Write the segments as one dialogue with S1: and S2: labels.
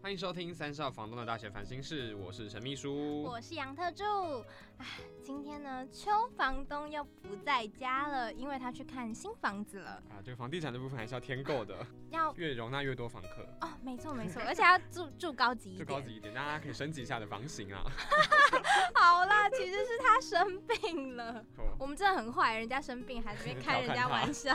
S1: 欢迎收听三少房东的大学烦心事，我是陈秘书。
S2: 我是杨特助。唉，今天呢，邱房东又不在家了，因为他去看新房子了。
S1: 啊，这个房地产的部分还是要添购的，
S2: 要
S1: 越容纳越多房客，
S2: 哦，没错没 错，而且要住住高级一
S1: 就高
S2: 点。
S1: 级一点，大家可以升级一下的房型啊。
S2: 好啦，其实是他生病了。
S1: 哦
S2: 我们真的很坏，人家生病还在那边开人家玩 笑。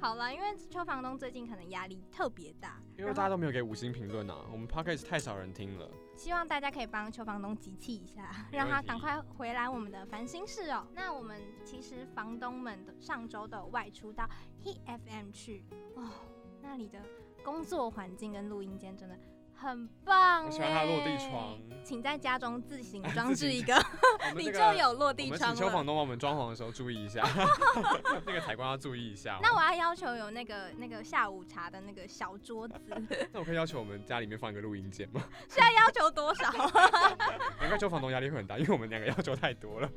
S2: 好啦，因为邱房东最近可能压力特别大，
S1: 因为大家都没有给五星评论啊，我们 podcast 太少人听了。
S2: 希望大家可以帮邱房东集气一下，
S1: 没
S2: 让他
S1: 问题
S2: 赶快回来我们的烦心事哦。那我们其实房东们的上周都有外出到 He FM 去哦，那里的工作环境跟录音间真的很棒。欸
S1: 我喜欢它的落地窗，哎
S2: 请在家中自行装
S1: 自行
S2: 置一个，
S1: 我们
S2: 你
S1: 这
S2: 就
S1: 个
S2: 有落
S1: 我
S2: 地
S1: 们
S2: 窗
S1: 请邱
S2: 了
S1: 房。东帮我们装潢的时候注意一 下，那个采光要注意一下、哦。
S2: 那我要要求有那个那个下午茶的那个小桌子，
S1: 那我可以要求我们家里面放一个录音键吗？
S2: 现在要求多少？
S1: 难怪邱房东压力会很大，因为我们两个要求太多了。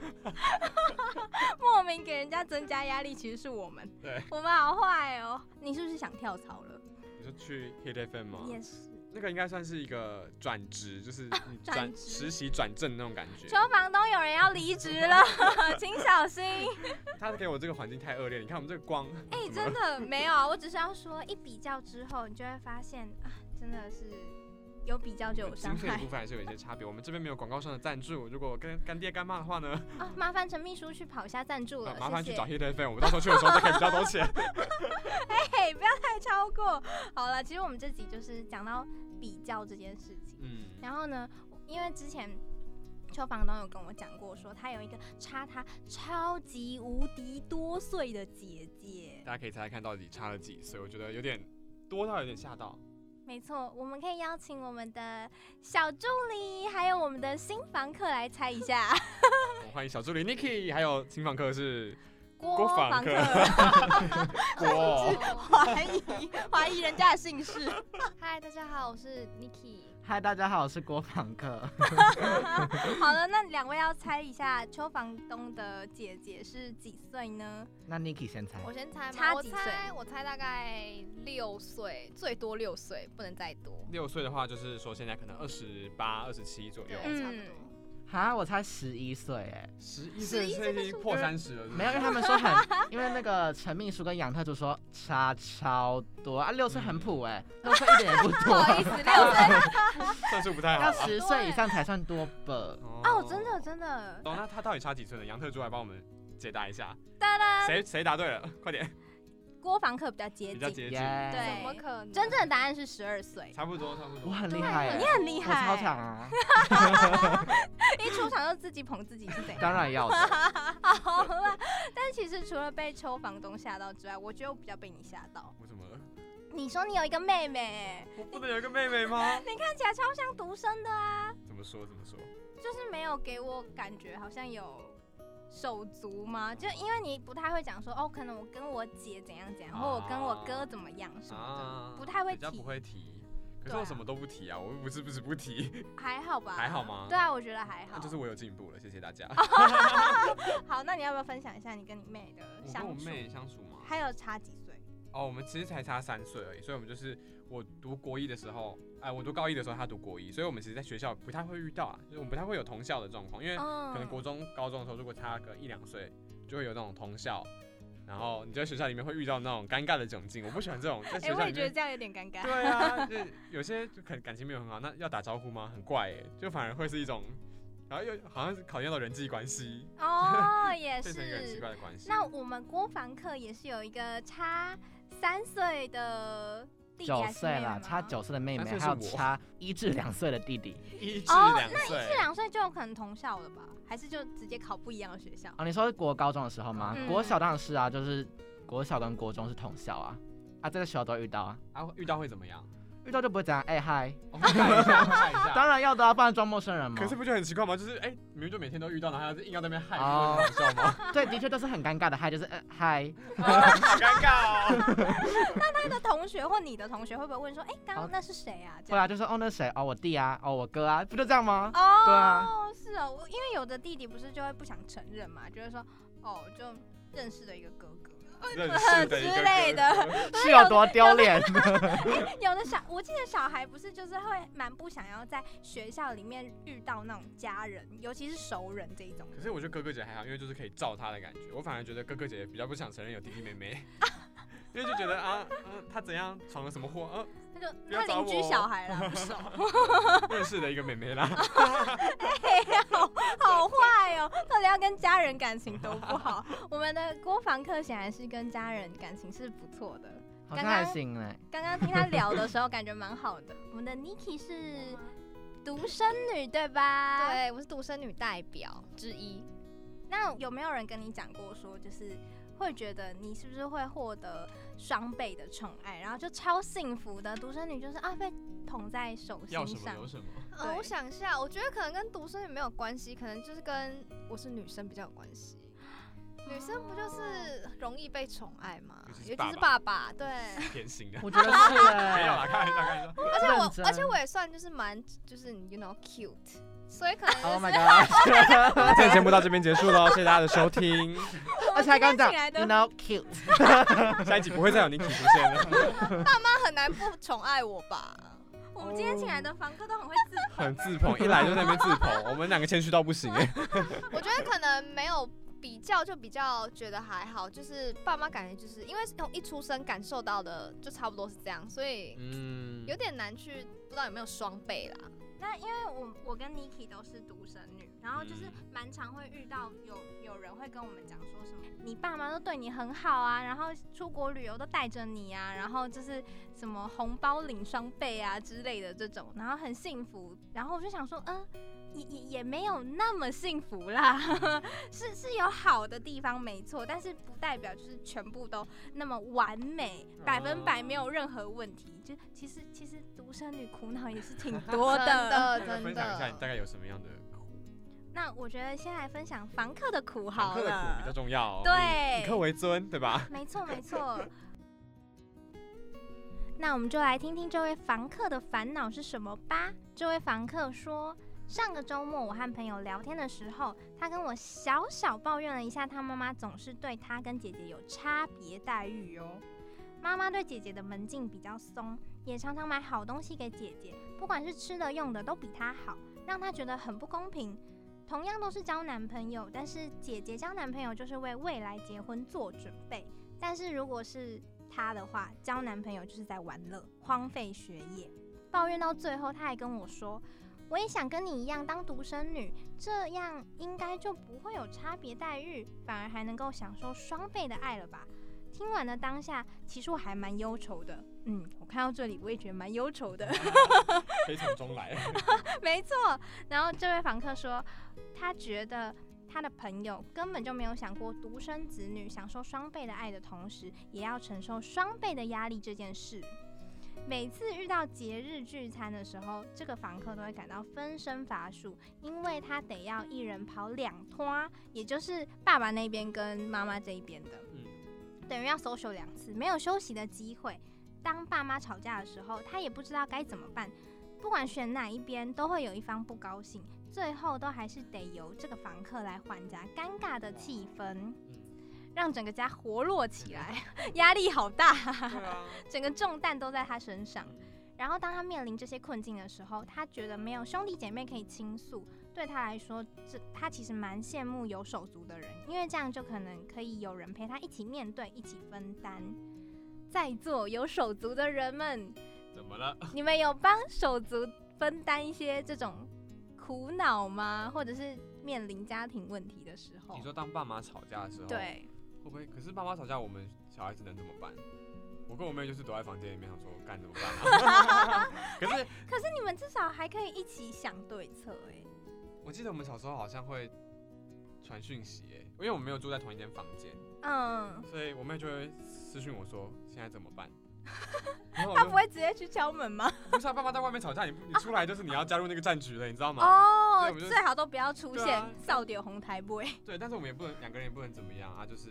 S2: 莫名给人家增加压力，其实是我们，
S1: 对，
S2: 我们好坏哦。你是不是想跳槽了？
S1: 你说去 Hit FM 吗？
S2: 也是。
S1: 那个应该算是一个转职，就是你
S2: 转
S1: 转
S2: 职
S1: 实习转正那种感觉
S2: 邱。房东有人要离职 了，请小心。
S1: 他给我这个环境太恶劣，你看我们这个光，
S2: 哎、
S1: 怎么
S2: 真的没有啊，我只是要说，一比较之后，你就会发现啊，真的是有比较就有伤
S1: 薪水的
S2: 害
S1: 部分还是有一些差别。我们这边没有广告商的赞助，如果跟干爹干妈的话呢，
S2: 啊。麻烦陈秘书去跑一下赞助了，
S1: 呃麻烦
S2: 谢
S1: 去
S2: 谢
S1: 找。Hit FM，我们到时候去的时候再可以比较多 钱。
S2: 嘿，不要太超过。好了，其实我们这集就是讲到比较这件事情。
S1: 嗯，
S2: 然后呢，因为之前邱房东有跟我讲过说他有一个差他超级无敌多岁的姐姐。
S1: 大家可以猜猜看到底差了几岁，我觉得有点多到有点吓到。
S2: 没错，我们可以邀请我们的小助理，还有我们的新房客来猜一下。
S1: 我们欢迎小助理 Niki，还有新房客是
S2: 郭
S1: 房
S2: 房
S1: 客
S2: 甚
S1: 郭。
S2: 至怀疑怀疑人家的姓氏。
S3: 嗨，大家好，我是 Niki。
S4: 嗨，大家好，我是郭访客。
S2: 好了，那两位要猜一下邱房东的姐姐是几岁呢？
S4: 那 Niki 先猜
S3: 我，先猜吗？
S2: 差
S3: 我
S2: 几岁
S3: 猜，我猜大概六岁，最多六岁，不能再多。
S1: 六岁的话，就是说现在可能二十八、二十七左右
S3: 对，。
S2: 嗯
S3: 差不多。
S4: 哈，我猜十一岁，哎，
S1: 十一岁
S3: 11
S1: 所以已经破三十了，是不是
S4: 没有，因为他们说很， 因为那个陈秘书跟杨特助说差超多啊，六岁很普哎、
S2: 嗯
S4: 六岁一点也 不
S3: 不好意
S4: 多，
S3: 思，六岁。
S1: 算数不太好。
S4: 要十岁以上才算多吧。
S2: 哦，真的。真的，
S1: 哦，那他到底差几岁呢？杨特助来帮我们解答一下，
S2: 哒哒，
S1: 谁谁答对了？快点，
S2: 郭房客比较嗯接
S1: 比较
S2: 近，
S1: 接近，
S4: 耶，
S2: 对
S3: 怎么可能？
S2: 真正的答案是十二岁。啊
S1: 差不多，差不
S4: 我
S1: 多。
S4: 很厉害、
S2: 你
S4: 欸，
S2: 很厉
S4: 我超
S2: 害，
S4: 强啊，
S2: 一出场就自己捧自己是怎样？
S4: 当然要 的。
S2: 好了，但其实除了被邱房东吓到之外，我觉得我比较被你吓到。
S1: 我怎么了？
S2: 你说你有一个妹妹，
S1: 我不能有一个妹妹吗？
S2: 你看起来超像独生的啊，
S1: 怎么说？怎么说？
S2: 就是没有给我感觉好像有手足吗？就因为你不太会讲说哦，可能我跟我姐怎样怎样，或我跟我哥怎么样什么
S1: 啊，
S2: 不太会
S1: 比较
S2: 提
S1: 不会提。可是
S2: 对啊
S1: 我什么都不提啊，我不是不是不提，
S2: 的，还好吧？
S1: 还好？吗？
S2: 对啊，我觉得还好。哦
S1: 那就是我有进步了，谢谢大家。
S2: 好，那你要不要分享一下你跟你妹的
S1: 我跟我
S2: 相处？
S1: 妹相处吗？
S2: 还有差几岁？
S1: 哦，我们其实才差三岁而已，所以我们就是我读国一的时候，哎、我读高一的时候，她读国一，所以我们其实在学校不太会遇到啊，就是我们不太会有同校的状况，因为
S2: 嗯
S1: 可能国中、高中的时候，如果差个一两岁，就会有那种同校，然后你在学校里面会遇到那种尴尬的窘境，我不喜欢这种在
S2: 哎、
S1: 学
S2: 我
S1: 校
S2: 也
S1: 里
S2: 觉得
S1: 面。
S2: 这样有点尴尬。
S1: 对啊，就有些就可能感情没有很好，那要打招呼吗？很怪哎、就反而会是一种，然后又好像是考验到人际关系，
S2: 哦，也
S1: 变成一个很奇
S2: 是。
S1: 怪的关系。
S2: 那我们郭凡客也是有一个差三岁的弟弟
S4: 九
S2: 还是
S4: 岁
S2: 妹妹
S4: 啦，
S2: 吗
S4: 差。九岁的妹
S1: 那
S4: 妹，
S1: 就是
S4: 还有
S1: 我
S4: 差一至两岁的弟弟。
S1: 一至
S2: 哦
S1: 两岁
S2: 这，两岁就有可能同校了吧？还是就直接考不一样的学校？
S4: 啊，你说是国高中的时候吗？
S2: 嗯
S4: 国小当然是啊，就是国小跟国中是同校啊，啊，这个学校都会遇到啊。
S1: 啊，遇到会怎么样？
S4: 遇到就不会怎样，哎、嗨，
S1: 哦看一下，看一下。嗯
S4: 当然要的、啊，不然装陌生人嘛。
S1: 可是不就很奇怪吗？就是哎、明明就每天都遇到，然后还要硬要在那边害， 你
S4: 哦
S1: 不觉得很好笑吗？
S4: 对，的确都是很尴尬的嗨，就是呃嗨，
S1: 好尴 尬哦。
S2: 他的同学或你的同学会不会问说，哎，刚
S4: 啊
S2: 刚那是谁啊？这
S4: 后
S2: 样
S4: 来就说哦那谁哦我弟啊哦我哥啊，不就这 样吗？
S2: 哦，
S4: 对啊
S2: 是哦，我因为有的弟弟不是就会不想承认嘛，就是说，哦，就认识的一个哥哥。
S1: 认识的一个
S2: 之类的
S1: 哥哥
S4: 是有多丢脸？
S2: 有的小，我记得小孩不是就是会蛮不想要在学校里面遇到那种家人，尤其是熟人这一种。
S1: 可是我觉得哥哥姐还好，因为就是可以照他的感觉。我反而觉得哥哥姐姐比较不想承认有弟弟妹 妹，因为就觉得啊，嗯，他怎样闯了什么祸？嗯、
S2: 他就
S1: 不
S2: 他
S1: 要找
S2: 邻居
S1: 我哦
S2: 小孩啦，不熟，
S1: 嗯认识的一个妹 妹啦。
S2: 好坏哦，到底要跟家人感情都 不好。我们的郭防客显然是跟家人感情是不错的。
S4: 好
S2: 刚
S4: 像
S2: 刚
S4: 还行哎、
S2: 刚刚听他聊的时候，感觉蛮好的。我们的 Niki 是独生女，对吧？。
S3: 对，我是独生女代表之一。
S2: 那有没有人跟你讲过说，就是会觉得你是不是会获得双倍的宠爱，然后就超幸福的独生女，就是啊被捧在手
S1: 要
S2: 心
S1: 什么
S2: 上
S1: 有，什么。
S3: 呃，
S2: 对
S3: 我想一下，我觉得可能跟独生女没有关系，可能就是跟我是女生比较有关系。女生不就是容易被宠爱吗？
S1: 尤其是
S3: 尤
S1: 爸
S3: 其是爸爸， 对。
S1: 偏心的。
S4: 我觉得是哎、
S1: 没有 啦，开玩笑，开玩笑。
S3: 而且
S4: 认
S3: 我，
S4: 真
S3: 而且我也算就是蛮，就是你 you know cute，所以可能
S4: Oh
S3: 就
S4: my
S3: 是
S4: god！
S1: 今天节目到这边结束喽，谢谢大家的收听。
S4: 而且还刚
S2: 今天
S4: 讲
S2: 请来的
S4: ，you know cute，
S1: 下一集不会再有 Niki 出现了，
S3: 他很难不宠爱我吧。
S2: 我们今天请来的房客都很会自
S1: 很自 捧，一来就在那边自捧，我们两个谦虚到不行哎、
S3: 我觉得可能没有比较，就比较觉得还好，就是爸妈感觉就是因为从一出生感受到的就差不多是这样，所以
S1: 嗯
S3: 有点难去不知道有没有双倍啦。
S2: 那因为我我跟 Niki 都是独生女，然后就是蛮常会遇到有有人会跟我们讲说什么，你爸妈都对你很好啊，然后出国旅游都带着你啊，然后就是什么红包领双倍啊之类的这种，然后很幸福。然后我就想说，嗯、也也也没有那么幸福啦， 是是有好的地方没错，但是不代表就是全部都那么完美，百分百没有任何问题。就其实其实独生女苦恼也是挺多
S3: 真的
S1: 那
S3: 真
S1: 分享一下你大
S3: 的，
S1: 概有什么样的苦？
S2: 那我觉得先来分享房客的苦
S1: 访
S2: 好
S1: 客的苦比较
S2: 了，
S1: 重要、哦，
S2: 对
S1: 以客为尊，对 吧？
S2: 没错没错。那我们就来听听这位房客的烦恼是什么吧。这位房客说，上个周末我和朋友聊天的时候，他跟我小小抱怨了一下，他妈妈总是对他跟姐姐有差别待遇哦。妈妈对姐姐的门禁比较松，也常常买好东西给姐姐，不管是吃的用的都比她好，让她觉得很不公平。同样都是交男朋友，但是姐姐交男朋友就是为未来结婚做准备，但是如果是她的话，交男朋友就是在玩乐，荒废学业。抱怨到最后，她还跟我说：“我也想跟你一样当独生女，这样应该就不会有差别待遇，反而还能够享受双倍的爱了吧？”听完的当下，其实我还蛮忧愁的。嗯，我看到这里，我也觉得蛮忧愁的。
S1: 非常中来，
S2: 没错。然后这位房客说，他觉得他的朋友根本就没有想过独生子女享受双倍的爱的同时，也要承受双倍的压力这件事。每次遇到节日聚餐的时候，这个房客都会感到分身乏术，因为他得要一人跑两拖，也就是爸爸那边跟妈妈这一边的，
S1: 嗯
S2: 等于要 social 两次，没有休息的机会。当爸妈吵架的时候，他也不知道该怎么办，不管选哪一边，都会有一方不高兴，最后都还是得由这个房客来缓解尴尬的气氛，
S3: 嗯
S2: 让整个家活络起来， 压力好大，
S1: 对啊，
S2: 整个重担都在他身上。
S1: 嗯
S2: 然后当他面临这些困境的时候，他觉得没有兄弟姐妹可以倾诉，对他来说，这他其实蛮羡慕有手足的人，因为这样就可能可以有人陪他一起面对，一起分担。在座有手足的人们，
S1: 怎么
S3: 啊
S1: 了？
S2: 你们有帮手足分担一些这种苦恼吗？或者是面临家庭问题的时候
S1: 你？说当爸妈吵架的时候，，
S2: 对，
S1: 会不会？可是爸妈吵架，我们小孩子能怎么办？我跟我妹就是躲在房间里面，想说干怎么办、啊？可是
S2: 可是你们至少还可以一起想对策哎、
S1: 我记得我们小时候好像会传讯息、欸，因为我们没有住在同一间房间，
S2: 嗯，
S1: 所以我妹就会私讯我说现在怎么办？然后我
S2: 他
S1: 就
S2: 不会直接去敲门吗？
S1: 不是啊，爸妈在外面吵架，你不你出来就是你要加入那个战局了，你知道吗？
S2: 哦
S1: 对我，们就
S2: 最好都不要出
S1: 对啊
S2: 现扫丢红 台 boy，
S1: 对，但是我们也不能两个人也不能怎么样啊，就是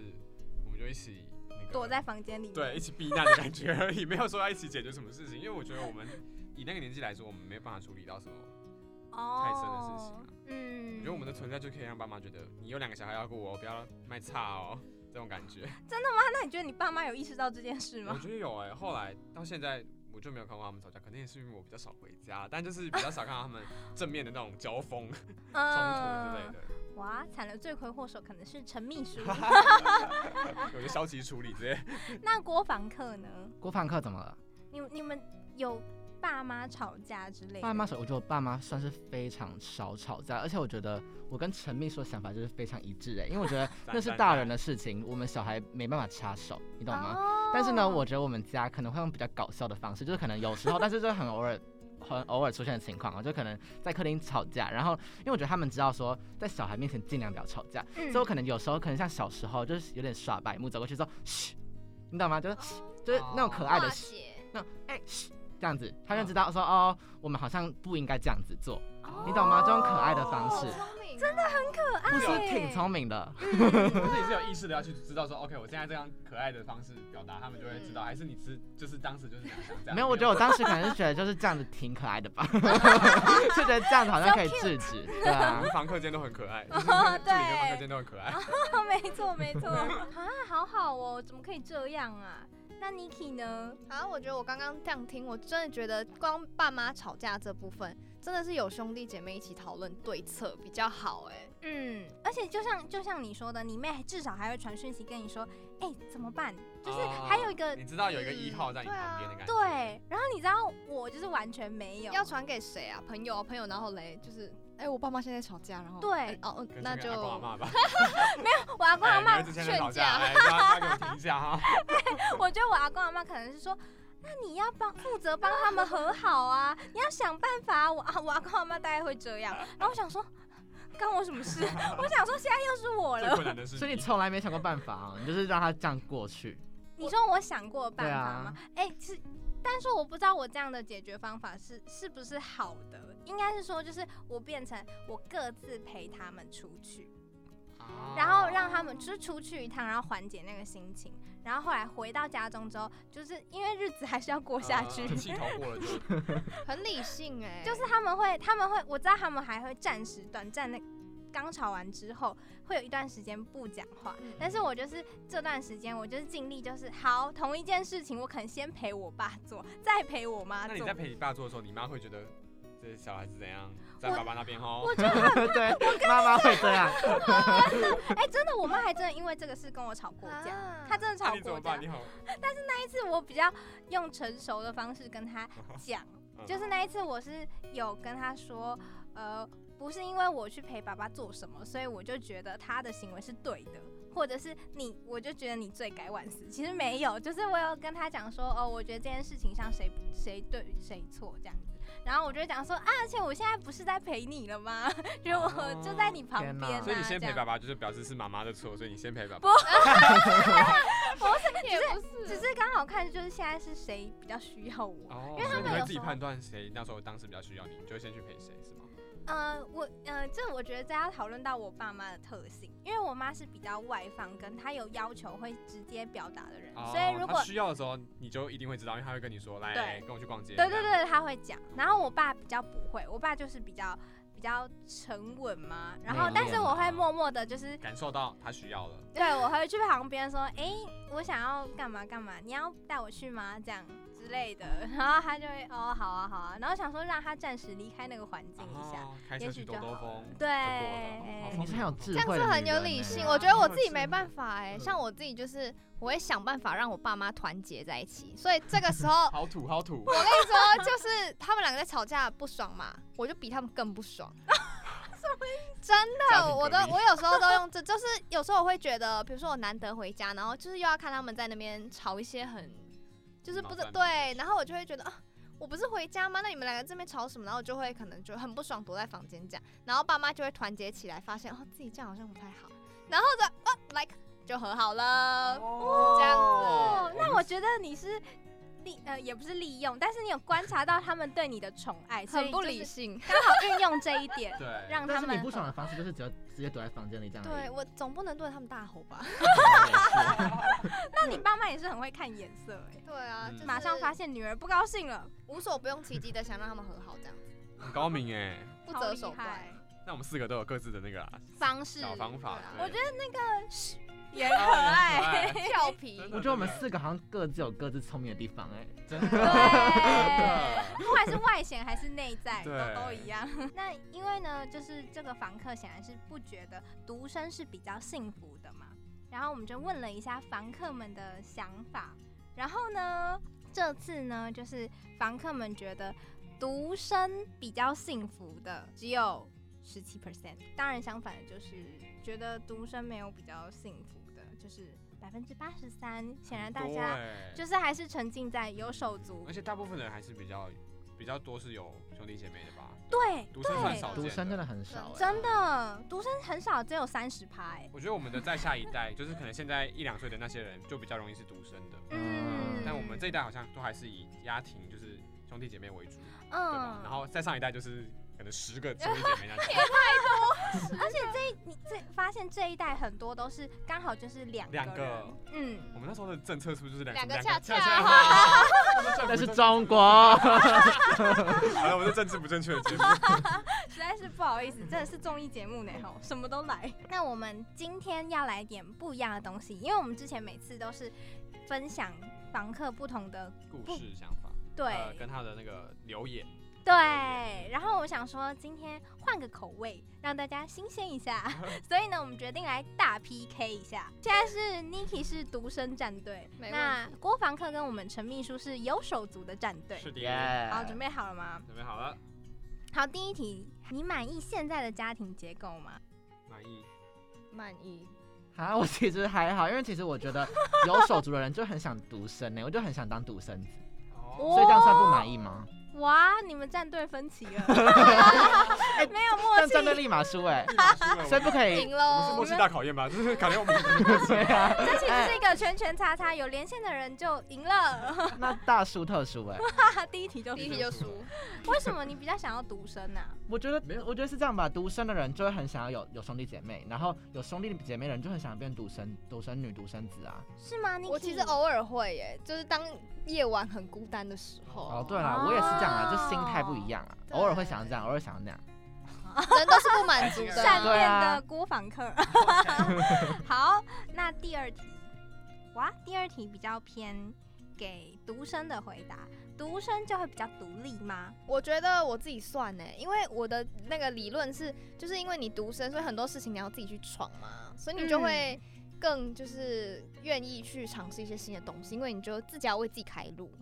S1: 我们就一起那个
S2: 躲在房间里面。
S1: 对一起避难的感觉而已，没有说要一起解决什么事情，因为我觉得我们以那个年纪来说，我们没有办法处理到什么
S2: 哦，
S1: 太深的事情啊。我
S3: 嗯
S1: 觉得我们的存在就可以让爸妈觉得你有两个小孩要过我，不要卖差哦，这种感觉。
S2: 那你觉得你爸妈有意识到这件事
S1: 我
S2: 吗？
S1: 觉得有哎、后来到现在我就没有看过他们吵架，可能也是因为我比较少回家，但就是比较少看到他们正面的那种交锋、 冲突之类
S2: 嗯，
S1: 的。
S2: 哇，惨了，罪魁祸首可能是陈 秘书。
S1: 有个消极处理之类。
S2: 那郭房客呢？
S4: 郭胖克怎么了？
S2: 你你们有爸妈吵架之类的？
S4: 爸妈，我觉得我爸妈算是非常少吵架，而且我觉得我跟陈秘书的想法就是非常一致哎，因为我觉得那是大人的事情，我们小孩没办法插手，你懂吗？
S2: 哦
S4: 但是呢，我觉得我们家可能会用比较搞笑的方式，就是可能有时 候，但是这很偶尔。很偶尔出现的情况啊，就可能在客厅吵架，然后因为我觉得他们知道说，在小孩面前尽量不要吵架，所以我可能有时候可能像小时候就是有点耍白目，走过去说嘘，你懂吗？就是嘘，就是那种可爱的
S3: 化
S4: 哦嘘，
S3: 解，
S4: 那种哎嘘这样子，他就知道说哦，我们好像不应该这样子做，你懂吗？这种可爱的方式，
S3: 聪明，真的很
S2: 可爱，
S4: 不是挺 聪明的？
S1: 可是你是有意识的要去知道说，OK，我现在这样可爱的方式表达，他们就会知道，还是你只就是当时就是想这样？
S4: 没有，我觉得我当时可能是觉得就是这样子挺可爱的吧，就觉得这样子好像可以制止，
S1: 我
S4: 对啊
S1: 们。房客间都很可 爱，就是助理
S2: 哦
S1: 跟
S2: 对
S1: 房客间都很可爱。
S2: 哦没错 没错啊，好好哦，怎么可以这样啊？那 Niki 呢？
S3: 啊！我觉得我刚刚这样听，我真的觉得光爸妈吵架这部分，真的是有兄弟姐妹一起讨论对策比较好哎、
S2: 嗯，而且就像就像你说的，你妹至少还会传讯息跟你说，哎、怎么办？就是还有一个、
S1: 哦你知道有一个一号在你旁边的感觉。
S2: 对，然后你知道我就是完全没有，
S3: 要传给谁啊？朋友啊，朋友，然后嘞，就是哎、我爸妈现在吵架，然后
S2: 对
S3: 哎哦，
S1: 可能传
S3: 那
S1: 给
S3: 就
S1: 阿公阿嬷吧，
S2: 我阿公阿
S1: 哎
S2: 妈
S1: 你儿子现在
S3: 劝
S1: 吵架，
S3: 架
S1: 哎，大家给我啊停一下 哈。
S2: 我觉得我阿公阿妈可能是说，那你要帮负责帮他们和好啊，你要想办法啊、我啊，我阿公阿妈大概会这样。然后我想说， 干我什么事？ 我想说现在又是我
S1: 最
S2: 了。
S1: 困难的是，
S4: 所以你从来没想过办法啊，你就是让他这样过去。
S2: 你说我想过办
S4: 对
S2: 法
S4: 啊
S2: 吗？，哎、其实但是我不知道我这样的解决方法是是不是好的，应该是说就是我变成我各自陪他们出去，
S1: 啊
S2: 然后让他们
S4: 哦
S2: 就是出去一趟，然后缓解那个心情。然后后来回到家中之后，就是因为日子还是要过
S1: 活
S2: 下去，
S4: 哦
S1: 气头过了啊 就
S3: 很理性哎、
S2: 就是他们会，他们会，我知道他们还会暂时短暂的，刚吵完之后会有一段时间不讲话，
S3: 嗯
S2: 但是我就是这段时间，我就是尽力就是好同一件事情，我可能先陪我爸做，再陪我妈
S1: 那
S2: 做
S1: 你在。陪你爸做的时候，你妈会觉得这小孩子怎样，在
S2: 我
S1: 爸爸那边哦。
S4: 对，妈妈会这样。
S2: 哎、真的，我妈还真的因为这个事跟我吵过架，
S3: 啊
S2: 她真的
S1: 那
S2: 吵
S1: 你怎
S2: 过
S1: 么
S2: 架
S1: 办？。你好，
S2: 那一次我比较用成熟的方式 跟她讲，
S1: 嗯
S2: 就是那一次我是有跟她说，呃，不是因为我去陪爸爸做什么，所以我就觉得他的行为是对的，或者是你，我就觉得你罪该万死。其实没有，就是我有跟他讲说，哦，我觉得这件事情上谁谁对谁错这样子。然后我就讲说啊，而且我现在不是在陪你了吗？ 就是我就在你旁边、啊
S4: 哦天哪
S1: 所以你先陪
S2: 这样
S1: 爸爸，就是表示是妈妈的错，所以你先陪爸
S2: 不
S1: 爸。
S3: 也不
S2: 只是刚好看，就是现在是谁比较需要我。
S1: 哦，
S2: 因为他
S1: 所以
S2: 们
S1: 你会
S2: 有
S1: 自己
S2: 时候
S1: 判断谁那时候当时比较需要你，你就会先去陪谁，是吗？
S2: 呃，我呃，这我觉得这要讨论到我爸妈的特性，因为我妈是比较外放，跟她有要求会直接表达的人，所以
S1: 哦
S2: 如
S1: 他
S2: 果
S1: 需要的时候，你就一定会知道，因为他会跟你说，来，
S2: 对
S1: 来跟我去逛街。
S2: 对对
S1: 这样，
S2: 对，他会讲。然后我爸比较不会，我爸就是比较比较沉稳嘛。然后
S4: 内，敛
S2: 但是我会
S1: 啊
S2: 默默的，就是
S1: 感受到他需要了。
S2: 对我会去旁边说，哎、我想要干嘛干嘛，你要带我去吗？这样之类的。 然后他就会哦，好啊好啊。然后想说让他暂时离开那个环境一下，
S1: 哦开
S2: 嗯也
S1: 车
S2: 许
S1: 去
S2: 就
S1: 兜兜
S2: 好
S1: 风。
S2: 对哎
S1: 就过了
S4: 你是很有智
S3: 这样
S4: 慧
S3: 是
S4: 的
S3: 很
S4: 女
S3: 有
S4: 人欸
S3: 理
S4: 呢
S3: 性，
S2: 啊
S3: 我觉得我自己
S1: 嗯
S3: 没办法哎、
S1: 嗯，
S3: 像我自己就是，我会想办法让我爸妈团结在一起，所以这个时候
S1: 好土，好土。
S3: 我跟你说，就是他们两个在吵架不爽嘛，我就比他们更不 爽。真
S1: 家庭
S3: 的，
S1: 革
S3: 我都
S1: 命
S3: 我有时候都用这，就是有时候我会觉得，比如说我难得回家，然后就是又要看他们在那边吵一些很，就是不
S1: 麻
S3: 是
S1: 烦的
S3: 对，然后我就会觉得啊，我不是回家吗？那你们两个这边吵什么？然后我就会可能就很不爽，躲在房间这样，然后爸妈就会团结起来，发现哦自己这样好像不太好，然后就 哦 like 就和好了。
S1: 哦，
S3: 这样子
S2: 哦，那我觉得你是利呃也不是利用，但是你有观察到他们对你的宠爱，所以
S3: 很不
S2: 就
S3: 理
S2: 是
S3: 性。
S2: 刚好运用这一点
S1: 对，
S2: 让
S4: 但
S2: 他
S4: 是
S2: 们
S4: 你不爽的方式就是只有直接躲在房间里这样。
S3: 对，我总不能对他们大吼吧？
S2: 那
S3: 嗯
S2: 你爸妈也是很会看眼色哎、
S3: 对啊，
S1: 嗯
S3: 就是
S2: 马上发现女儿不高兴了，
S3: 无所不用其极的想让他们和好，这样子
S1: 很高明哎。
S3: 不
S2: 好
S3: 择
S2: 厉
S3: 手段
S2: 害。
S1: 那我们四个都有各自的那个啊
S2: 方式
S1: 小方法
S3: 对啊，
S1: 对
S2: 我觉也很可爱。
S1: 很可爱
S3: 俏皮，
S1: 真
S4: 我觉得我们四个好像各自有各自聪明的地方哎、真 的。
S2: 对，不管是外显还是内在，都
S1: 对
S2: 都一样。那因为呢，就是这个房客显然是不觉得独身是比较幸福的嘛。然后我们就问了一下房客们的想法，然后呢，这次呢，就是房客们觉得独身比较幸福的只有十七 percent，当然相反的就是觉得独身没有比较幸福的，就是百分之八十三。显然大
S1: 很多
S2: 家
S1: 欸
S2: 就是还是沉浸在有手足
S1: 而且大部分人还是比较比较多是有兄弟姐妹的吧？
S2: 对
S1: 独生算
S2: 对，
S1: 少见，
S4: 独生真的。很少哎、
S2: 嗯真的独生很少，只有三十趴哎。
S1: 我觉得我们的在下一代，就是可能现在一两岁的那些人，就比较容易是独生的。
S2: 嗯，
S1: 但我们这一代好像都还是以家庭，就是兄弟姐妹为主，对吧？
S2: 嗯，
S1: 然后再上一代就是可能十个兄弟姐妹那种，
S2: 而且这一 你这发现这一代很多都是刚好就是两
S1: 两
S2: 人
S1: 个。
S2: 嗯，
S1: 我们那时候的政策是不是就是两
S3: 两
S1: 个
S3: 个
S1: 两
S3: 恰
S1: 恰
S3: 恰
S1: 好？
S4: 那是中国，
S1: 好了，我是政治不正确的节目。
S2: 实在是不好意思，真的是综艺节目呢，吼，什么都来。 那我们今天要来点不一样的东西，因为我们之前每次都是分享房客不同的
S1: 故事想法，
S2: 对
S1: 呃跟他的那个留言，
S2: 对，然后我想说今天换个口味，让大家新鲜一下， 所以呢，我们决定来大 PK 一下。现在是 Niki 是独生战队，
S3: 没
S2: 那
S3: 问题
S2: 郭房客跟我们陈秘书是有手足的战队
S1: 是。的，
S4: 耶！
S2: 好，准备好了吗？
S1: 准备好了，
S2: 好，第一题，你满意现在的家庭结构吗？
S1: 满意。
S3: 满意。
S4: 啊，我其实还好，因为其实我觉得有手足的人就很想独生呢、欸我就很想当独生子，
S1: 哦，
S2: 哦
S4: 所以这样算不满意吗？
S2: 哇，你们战队分歧了， 没有默
S4: 但站队
S2: 契。
S4: 立马输哎、
S1: 立马输了我们
S4: 所以不可以
S3: 赢。
S1: 我们是
S3: 喽
S1: 默！契大哎考验吧？就是感觉我们
S4: 对啊，
S2: 哦这其实是一个圈圈叉叉，有连线的人就赢了。
S4: 那大输特输哎、
S2: 第一题就
S3: 第
S2: 是
S3: 一题就输，
S2: 为什么你比较想要独啊生呢、
S4: 我觉得，我觉得是这样吧。独生的人就会很想要有有兄弟姐妹，然后有兄弟姐妹的人就很想要变独生、独生女、独生子啊。
S2: 是吗？你
S3: 我其实偶尔会耶，就是当夜晚很孤单的时候，
S4: 哦，对啦，我也是这样啊，就心态不一样啊，
S3: 对
S4: 偶尔会想要这样，偶尔想要那样。
S3: 人都是不满足的
S2: 善
S3: 啊。
S4: 对
S2: 变
S4: 啊
S2: 的郭访客。好，那第二题，哇，第二题比较偏给独生的回答，独生就会比较独立吗？
S3: 我觉得我自己算呢，因为我的那个理论是，就是因为你独生，所以很多事情你要自己去闯嘛，所以你就会
S2: 嗯
S3: 更就是愿意去尝试一些新的东西，因为你就自己要为自己开 路。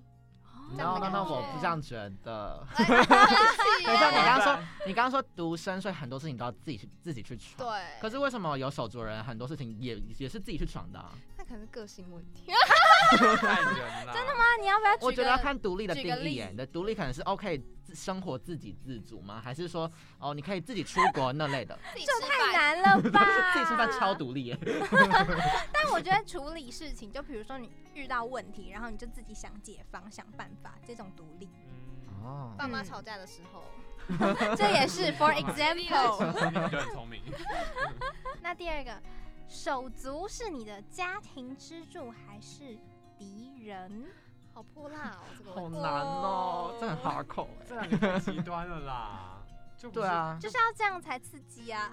S3: 这样
S4: 那
S3: 的
S4: 那
S3: 感
S4: 那
S3: 觉
S4: 我不这样觉得。
S3: 哎对不起
S4: 等一下，你刚刚
S1: 对
S4: 说，你刚刚说独生，所以很多事情都要自己去自己去闯。
S3: 对，
S4: 可是为什么有手足的人很多事情也也是自己去闯的、啊？
S3: 那可能是个性问题。
S1: 看人啊啦。真的吗？
S2: 那你要不要
S4: 我
S2: 举
S4: 觉
S2: 个
S4: 得要看独立的
S3: 举
S4: 定
S3: 个
S4: 义
S3: 例
S4: 耶。你的独立可能是 OK 自生活自给自足吗？还是说哦你可以自己出国那类的？
S2: 这太难了吧？
S4: 自己吃饭超。独立耶。
S2: 但我觉得处理事情，就比如说你遇到问题，然后你就自己想解方、想办法，这种独立，
S1: 嗯
S4: 哦，
S3: 爸妈吵架的时候，
S2: 这也是 for
S3: 了
S2: example。
S1: 你就很聪明。
S2: 那第二个，手足是你的家庭支柱还是敌人？
S3: 好泼辣哦，这个
S4: 好
S3: 问题。
S4: 难哦，这很 hardcore
S1: 这两个太极端了 啦。就不
S4: 对
S1: 是，
S4: 啊，
S2: 就是要这样才刺激啊！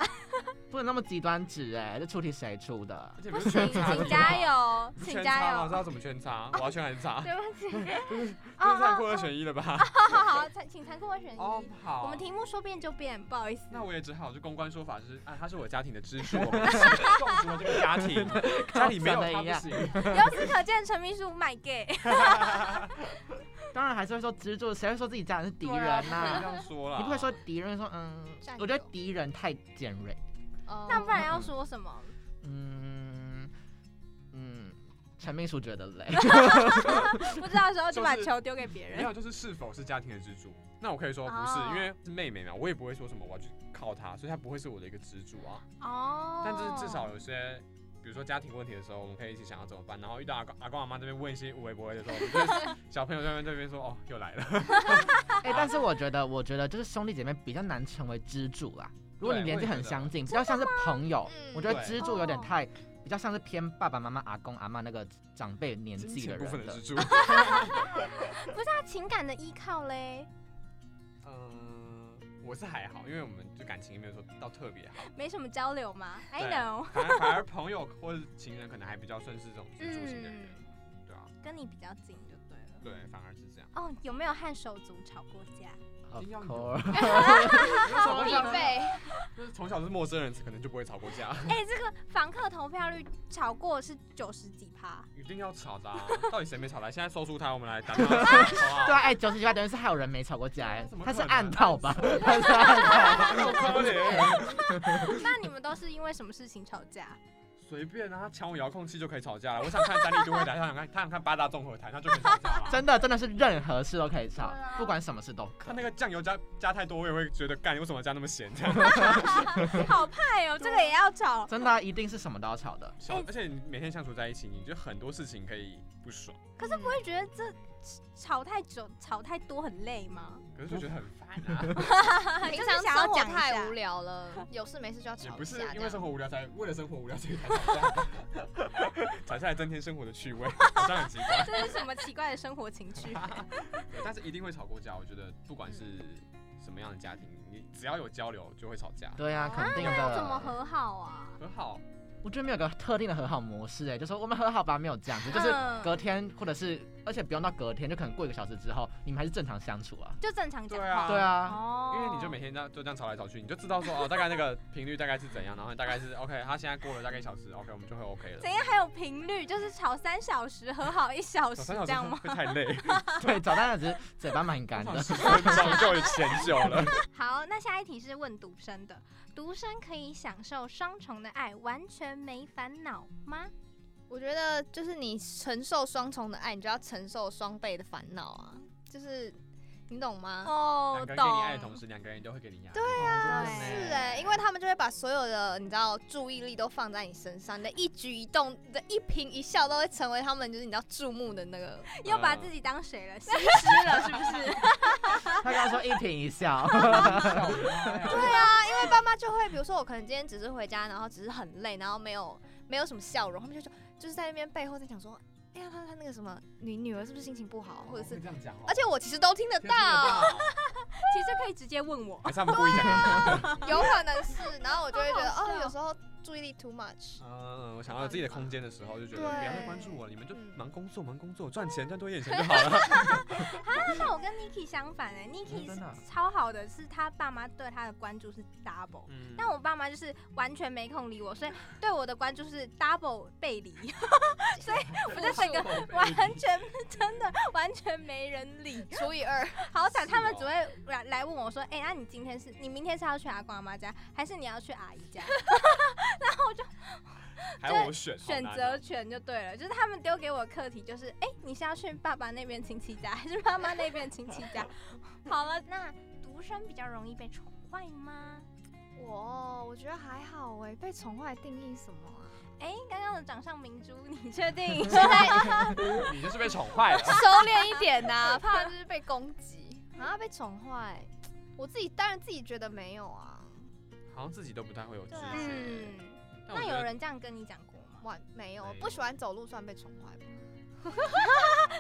S4: 不能那么极端值哎，这出题谁出的
S1: 而？且
S2: 不
S1: 不
S2: 行
S1: 是，圈叉题
S2: 请
S1: 吗
S2: 加，油，
S1: 不是
S2: 请
S1: 圈叉
S2: 加
S1: 吗我知
S2: 油！啊
S1: 道怎么圈叉，我要圈还是叉？
S2: 对不起，
S1: 这是
S2: 哦
S1: 残酷二选一了吧？
S2: 好好，请请残酷二选一。
S1: 哦，好。
S2: 我们题目说变就变，不好意思。
S1: 那我也只好就公关说法是，啊，他是我家庭的支 柱，我们一起共筑了这个家庭，家里没有他不行。
S2: 由此可见，陈秘书 my gay。
S4: 当然还是会说支柱，谁会说自己家人是敌人
S1: 不
S4: 呐、
S1: 能这样说啦。
S4: 你不会说敌人说嗯
S3: 战，友
S4: 我觉得敌人太尖锐，
S3: 哦
S2: 那不然要说 什么？
S4: 嗯嗯，陈秘书觉得累，
S2: 不知道的时候就把
S1: 就是
S2: 球丢给别
S1: 没
S2: 人。
S1: 有，就是是否是家庭的支柱？那我可以说不是
S2: 哦，
S1: 因为是妹妹嘛，我也不会说什么我要去靠她，所以她不会是我的一个支柱啊。
S2: 哦
S1: 但是至少有些，比比如说家庭问题的时候，我们可以一起想要怎么办。然后遇到阿公阿公阿妈这边问一 些无微不微的时候，我们就是小朋友在那边这边说哦又来了，
S4: 哎、但是我觉得，我觉得就是兄弟姐妹比较难成为支柱啦。如果你
S1: 对
S4: 年
S1: 我
S4: 纪
S1: 也
S4: 很
S1: 觉得啊
S4: 相近，比较像是朋友，
S3: 嗯
S4: 我觉得
S1: 对
S4: 支柱有点
S2: 哦
S4: 太，比较像是偏爸爸妈妈、阿公阿妈那个长辈 年
S1: 金
S4: 纪
S1: 钱
S4: 的
S1: 部分
S4: 人
S1: 的
S4: 的
S1: 支。柱。
S2: 那情感的依靠嘞，
S1: 嗯，我是还好，因为我们就感情也没有说到特别好，
S2: 没什么交流吗？I
S1: 对
S2: know，
S1: 反而反而朋友或者情人可能还比较算是这种支柱型的人，
S2: 嗯
S1: 对啊，
S2: 跟你比较近就对了。
S1: 对，反而是这样。
S2: 哦，有没有和手足吵过 架？
S4: Of
S1: 一定要有
S4: course
S3: 必备。
S1: 就是从小是陌生人，可能就不会吵过架，
S2: 哎、这个房客投票率超过是九十几趴，
S1: 一定要吵的、啊。到底谁没吵来？现在搜出他，我们来打 电话好不
S4: 对啊，
S1: 好。
S4: 哎，九十九趴等于是还有人没吵过架，哎
S1: 啊怎么，
S4: 他
S1: 可能
S4: 是暗 套吧？他是暗套。
S1: 啊我操 你！
S2: 那你们都是因为什么事情吵架？
S1: 随便啊，他抢我遥控器就可以吵架了。我想看三立都会台，他想看他想看八大综合台，他就可以吵架了。
S4: 真的，真的是任何事都可以吵
S1: 对，啊
S4: 不管什么事都可
S1: 他
S4: 以。
S1: 那个酱油加加太多，我也会觉得干，你为什么加那么咸？这样
S2: 好派哦，这个也要吵。
S4: 真的啊、一定是什么都要吵的。
S1: 小
S2: 哎
S1: 而且你每天相处在一起，你就很多事情可以不爽，
S3: 可是不
S2: 我
S3: 会
S2: 会觉得这吵太久、吵太多很累吗？
S1: 可是就觉得很烦啊。
S3: 平
S2: 就是
S3: 常
S2: 想要
S3: 生活
S2: 讲一下
S3: 太无聊了，有事没事就要
S1: 也
S3: 吵
S1: 不
S3: 一
S1: 是
S3: 下。
S1: 因
S3: 这
S1: 为
S3: 样
S1: 生活无聊才为了生活无聊所以才吵架，吵架来增添生活的趣味，好像很奇怪。
S2: 这是什么奇怪的生活情趣？
S1: 对，但是一定会吵过架。我觉得不管是什么样的家庭，你只要有交流就会吵架。
S4: 对啊，肯定
S2: 那 怎么
S4: 的。
S2: 和好啊？
S1: 很好，
S4: 我觉得没有个特定的和好模式，哎，就说我们和好吧，没有这样子，就是
S2: 嗯
S4: 隔天或者是，而且不用到隔天，就可能过一个小时之后，你们还是正常相处啊。
S2: 就正常讲
S1: 对啊
S2: 话。
S4: 对 啊，
S2: 哦，
S1: 因为你就每天这样就这样吵来吵去，你就知道说哦，大概那个频率大概是怎样，然后大概是 OK，他现在过了大概一小时，OK，我们就会 OK 了
S2: 怎。样还有频率，就是吵三小时和好一 小
S1: 吵
S2: 时
S1: 三小
S2: 这样
S1: 时
S2: 吗？
S1: 会太 累，
S4: 对，早餐只是嘴巴 蛮干的。
S1: 十分钟就嫌久 了。
S2: 好，那下一题是问独生的，独生可以享受双重的爱，完全没烦恼吗？
S3: 我觉得就是你承受双重的爱，你就要承受双倍的烦恼啊，就是你懂吗？
S2: 哦
S1: 两个人给你爱的同时，两个人都会给你压力。对
S4: 啊
S3: 是哎、因为他们就会把所有的你知道注意力都放在你身上，你的一举一动、你的一颦一笑都会成为他们就是你知道注目的那个。
S2: 又把
S1: 嗯
S2: 自己当谁了？心虚了是不是？
S4: 他刚刚说一颦一笑，
S3: 对啊，因为爸妈就会，比如说我可能今天只是回家，然后只是很累，然后没有没有什么笑容，他们就说就是在那边背后在想说，哎呀，他他那个什么，你女儿是不是心情不好，或者是，
S1: 这样讲哦，
S3: 而且我其实都听得
S1: 天哪听
S3: 到，
S1: 得到
S2: 其实可以直接问我。
S1: 还是他们故意讲给你听。
S3: 有可能是，然后我就会觉得
S2: 好好笑
S3: 哦，有时候注意力 too much。
S1: 嗯，我想到有自己的空间的时候，就觉得
S3: 对
S1: 不要再关注我，了，你们就
S3: 嗯
S1: 忙工作，忙工作，赚
S2: 嗯
S1: 钱赚多一点钱就好 了。
S2: 但啊我跟 Niki 相反哎、n i k
S4: 嗯
S2: i
S4: 真的啊
S2: 是超好的，是他爸妈对他的关注是 double。
S1: 嗯，
S2: 但我爸妈就是完全没空理我，所以对我的关注是 double 背 离，所以我就整个完全真的完全没人理，
S3: 除以二，
S2: 好惨！
S1: 是
S2: 他们
S1: 哦
S2: 只会来来问我说：“哎、那你今天是你明天是要去阿公阿妈家，还是你要去阿姨家
S1: 还要我选？”
S2: 选
S1: 好难
S2: 择
S1: 哦
S2: 权就对了，就是他们丢给我的课题就是：哎、你是要去爸爸那边亲戚家，还是妈妈那边亲戚 家？好了，那独生比较容易被宠坏吗？
S3: 我我觉得还好哎、被宠坏的定义什么啊？
S2: 哎、刚刚的掌上明珠，你确 定？
S1: 你就是被宠坏了。
S3: 收敛一点呐、怕就是被攻击啊，被宠坏。我自己当然自己觉得没有啊，
S1: 好像自己都不太会有自觉。
S2: 嗯，
S1: 但我
S2: 那
S1: 觉得
S2: 有，人这样跟你讲过吗？
S3: 完没有
S1: 没有
S3: 不喜欢走路算被宠坏吧？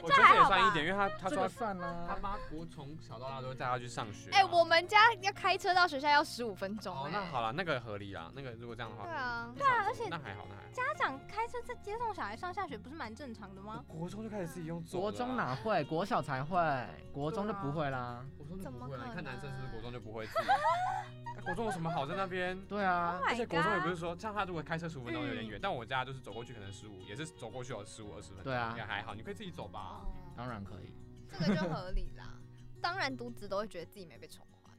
S1: 我觉得这也
S2: 还好
S1: 算一
S2: 吧
S1: 点，因为他他说
S4: 算
S1: 他
S4: 啦。
S1: 妈我从小到大都会带他去上学啊。
S3: 哎、我们家要开车到学校要十五分钟、
S1: 哦，
S3: 哎
S1: 那好了，那个合理啦，那个如果这样的话，
S3: 对啊
S1: 不想
S2: 对啊
S1: 说
S2: 而且
S1: 那还好，那还好。
S2: 家长开车在接送小孩上下学，不是蛮正常的吗？
S1: 国中就开始自己用走了
S4: 国
S1: 啊
S4: 中？哪会？国小才会，国中就不会啦。
S1: 国中就
S3: 怎
S1: 不
S3: 么
S1: 会了，你
S3: 可
S1: 看男生是不是
S3: 能
S1: 国中就不会自己？那国中有什么好在那边？
S4: 对啊
S2: Oh，my
S1: 而且国中也不
S2: god
S1: 是说，像他如果开车十五分钟有点
S2: 嗯
S1: 远，但我家就是走过去可能十五，也是走过去有十五二十分钟，
S4: 对啊
S1: 也还好，你可以自己走吧。
S3: 哦，
S4: 当然可以。
S1: 嗯
S3: 这个就合理啦。当然，独子都会觉得自己没被宠坏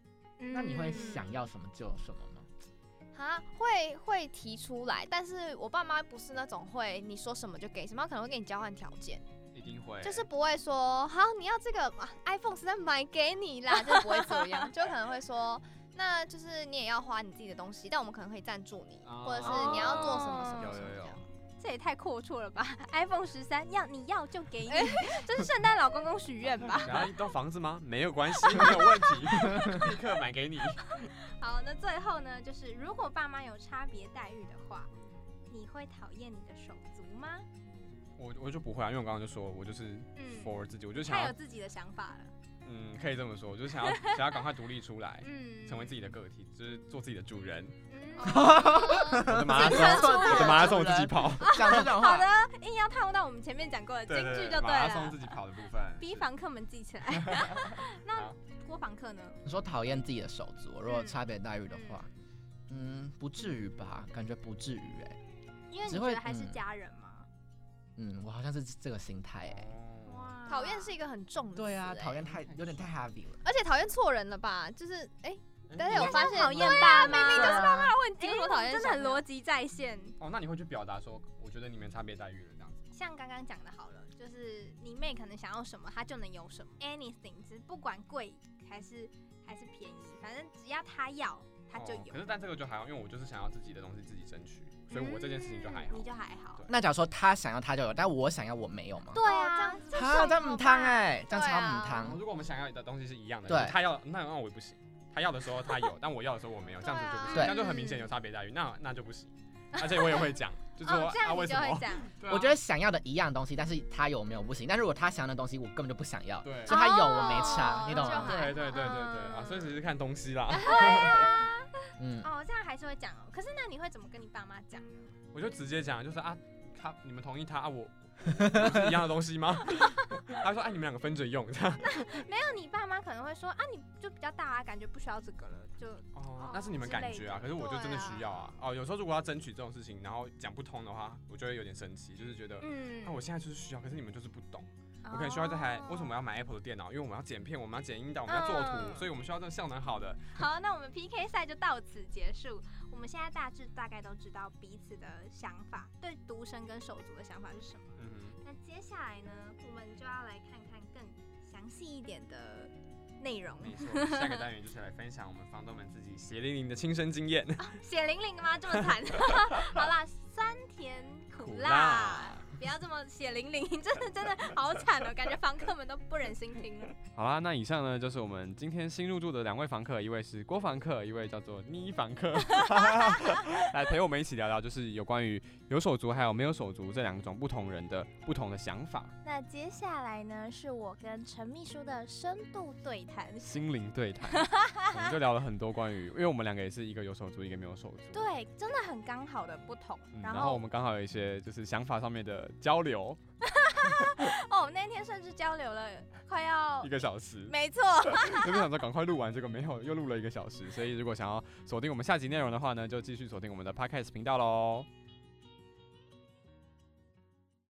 S4: 那你会
S2: 嗯
S4: 想要什么就什么吗？
S3: 啊，会会提出来，但是我爸妈不是那种会你说什么就给什么，他可能会给你交换条件。
S1: 一定会。
S3: 就是不会说好你要这个、啊、iPhone 十三买给你 啦，就是不会这样，就可能会说，那就是你也要花你自己的东西，但我们可能可以赞助你，
S1: 哦
S3: 或者是你要做什么什么
S1: 有
S3: 什么
S1: 有
S3: 这
S1: 有
S3: 样。
S2: 这也太阔绰了吧！iPhone 十三要你要就给你，
S1: 哎
S2: 这是圣诞老公公许愿吧？
S1: 然后一栋房子吗？没有关系，没有问题，立 刻买给你。
S2: 好，那最后呢，就是如果爸妈有差别待遇的话，你会讨厌你的手足吗？
S1: 我我就不会啊，因为我刚刚就说，我就是
S2: 嗯
S1: for 自己，我就想
S2: 他有
S1: 要，
S2: 自己的想法了，
S1: 嗯，可以这么说，我就是 想要想要赶快独立出来，
S2: 嗯，
S1: 成为自己的个体，就是做自己的主人。
S2: 嗯。
S3: 哦
S1: 我的马拉松，
S2: 看出来
S1: 我的马拉松我自己跑，
S4: 讲这种
S2: 好
S4: 话
S2: 的，，硬要套到我们前面讲过的京
S1: 对
S2: 剧
S1: 对
S2: 就
S1: 对，
S2: 对
S1: 马拉松
S2: 了
S1: 自。己跑的部分。
S2: 逼
S1: 是
S2: 房客们记起 来。 那
S1: 好
S2: 郭房客呢？
S4: 你说讨厌自己的手足，如果
S2: 嗯
S4: 差别待遇的话，嗯，不至于吧？感觉不至于哎、
S2: 因为你
S4: 只
S2: 觉
S4: 会
S2: 得还是
S4: 嗯
S2: 家人吗？
S4: 嗯，我好像是这个心态
S2: 欸
S4: 哎、
S1: 哦
S2: 哇哎
S3: 讨厌是一个很重的词
S4: 对啊，
S3: 欸
S4: 讨厌太有点太 heavy 了。
S3: 而且讨厌错人了吧？就是哎，大
S1: 哎
S3: 家有发现
S2: 讨厌爸妈，
S4: 啊
S3: 明明就是
S4: 爸妈，
S3: 问题，为什么讨厌
S2: 真
S3: 小
S2: 的
S3: 朋友？
S2: 很逻辑在线。
S1: 哦，那你会去表达说，我觉得你们差别待遇了这样子。
S2: 像刚刚讲的，好了，就是你妹可能想要什么，她就能有什么，anything，只是不管贵还是还是便宜，反正只要她要，她就
S1: 哦
S2: 有
S1: 可。是但这个就还好，因为我就是想要自己的东西自己争取，所以我这件事情就还
S2: 嗯
S1: 好
S2: 你。就还好
S1: 对。
S4: 那假如说他想要他就有，但我想要我没有吗？
S2: 对啊，
S3: 哦
S2: 这
S4: 啊，这样母汤
S2: 哎，
S4: 哎、这样超
S3: 对啊
S4: 母
S1: 然后
S4: 汤。
S1: 嗯如果我们想要的东西是一样的，
S4: 对
S1: 他要那那我也不行。他要的时候他 有，但我要的时候我没有，这样子就不行，
S4: 对
S1: 这样就很明显有差别待遇，那那就不行。而且我也会讲，就说
S2: 哦，这
S1: 啊
S2: 样
S1: 为
S2: 你就
S1: 什么
S2: 会？讲，
S1: 对啊
S4: 我觉得想要的一样东西，但是他有没有不行。但如果他想要的东西我根本就不想要，
S1: 对
S4: 所以他有我没
S2: 哦
S4: 差，你懂
S2: 就
S4: 吗
S2: 好？
S1: 对对对对对啊，所以只是看东西啦。
S4: 嗯，
S2: 哦，这样还是会讲哦。可是那你会怎么跟你爸妈讲呢？
S1: 我就直接讲，就是啊，他你们同意他啊，我不是一样的东西吗？他说哎，你们两个分着用这样。
S2: 没有，你爸妈可能会说啊，你就比较大啊，感觉不需要这个了，就
S1: 哦，那是你们感觉啊，可是我就真的需要啊。哦，有时候如果要争取这种事情，然后讲不通的话，我就会有点生气，就是觉得。
S2: 嗯哦
S1: 那、我现在就是需要，可是你们就是不懂。我可能需要这台，为什么要买 Apple 的电脑？因为我们要剪片，我们要剪音档，我们要做
S2: 嗯
S1: 图，所以我们需要这个效能好的。
S2: 好，那我们 PK 赛就到此结束。我们现在大致大概都知道彼此的想法，对独生跟手足的想法是什么。
S1: 嗯
S2: 那接下来呢，我们就要来看看更详细一点的内容
S1: 哼，。没错。下个单元就是来分享我们房东们自己血淋淋的亲身经验。
S2: 血淋淋的吗？这么 惨？好啦，酸甜苦
S1: 苦
S2: 辣
S1: 辣，
S2: 不要这么血淋淋，真的真的好惨哦，感觉房客们都不忍心听了。
S1: 好啦，那以上呢就是我们今天新入住的两位房客，一位是郭房客，一位叫做妮房 客，来陪我们一起聊聊，就是有关于有手足还有没有手足这两种不同人的不同的想法，
S2: 那接下来呢，是我跟陈秘书的深度对谈。
S1: 心灵对谈， 我们就聊了很多关于，因为我们两个也是一个有手足，一个没有手足，
S2: 对，真的很刚好的不同。
S1: 嗯。
S2: 然
S1: 然后我
S2: 后
S1: 们刚好有一些就是想法上面的交流，
S2: 哦，那天甚至交流了快要
S1: 一，个小时，
S2: 没错，
S1: 就没想到赶快录完，结果没有，又录了一个小时。所以如果想要锁定我们下集内容的话呢，就继续锁定我们的 podcast 频道喽。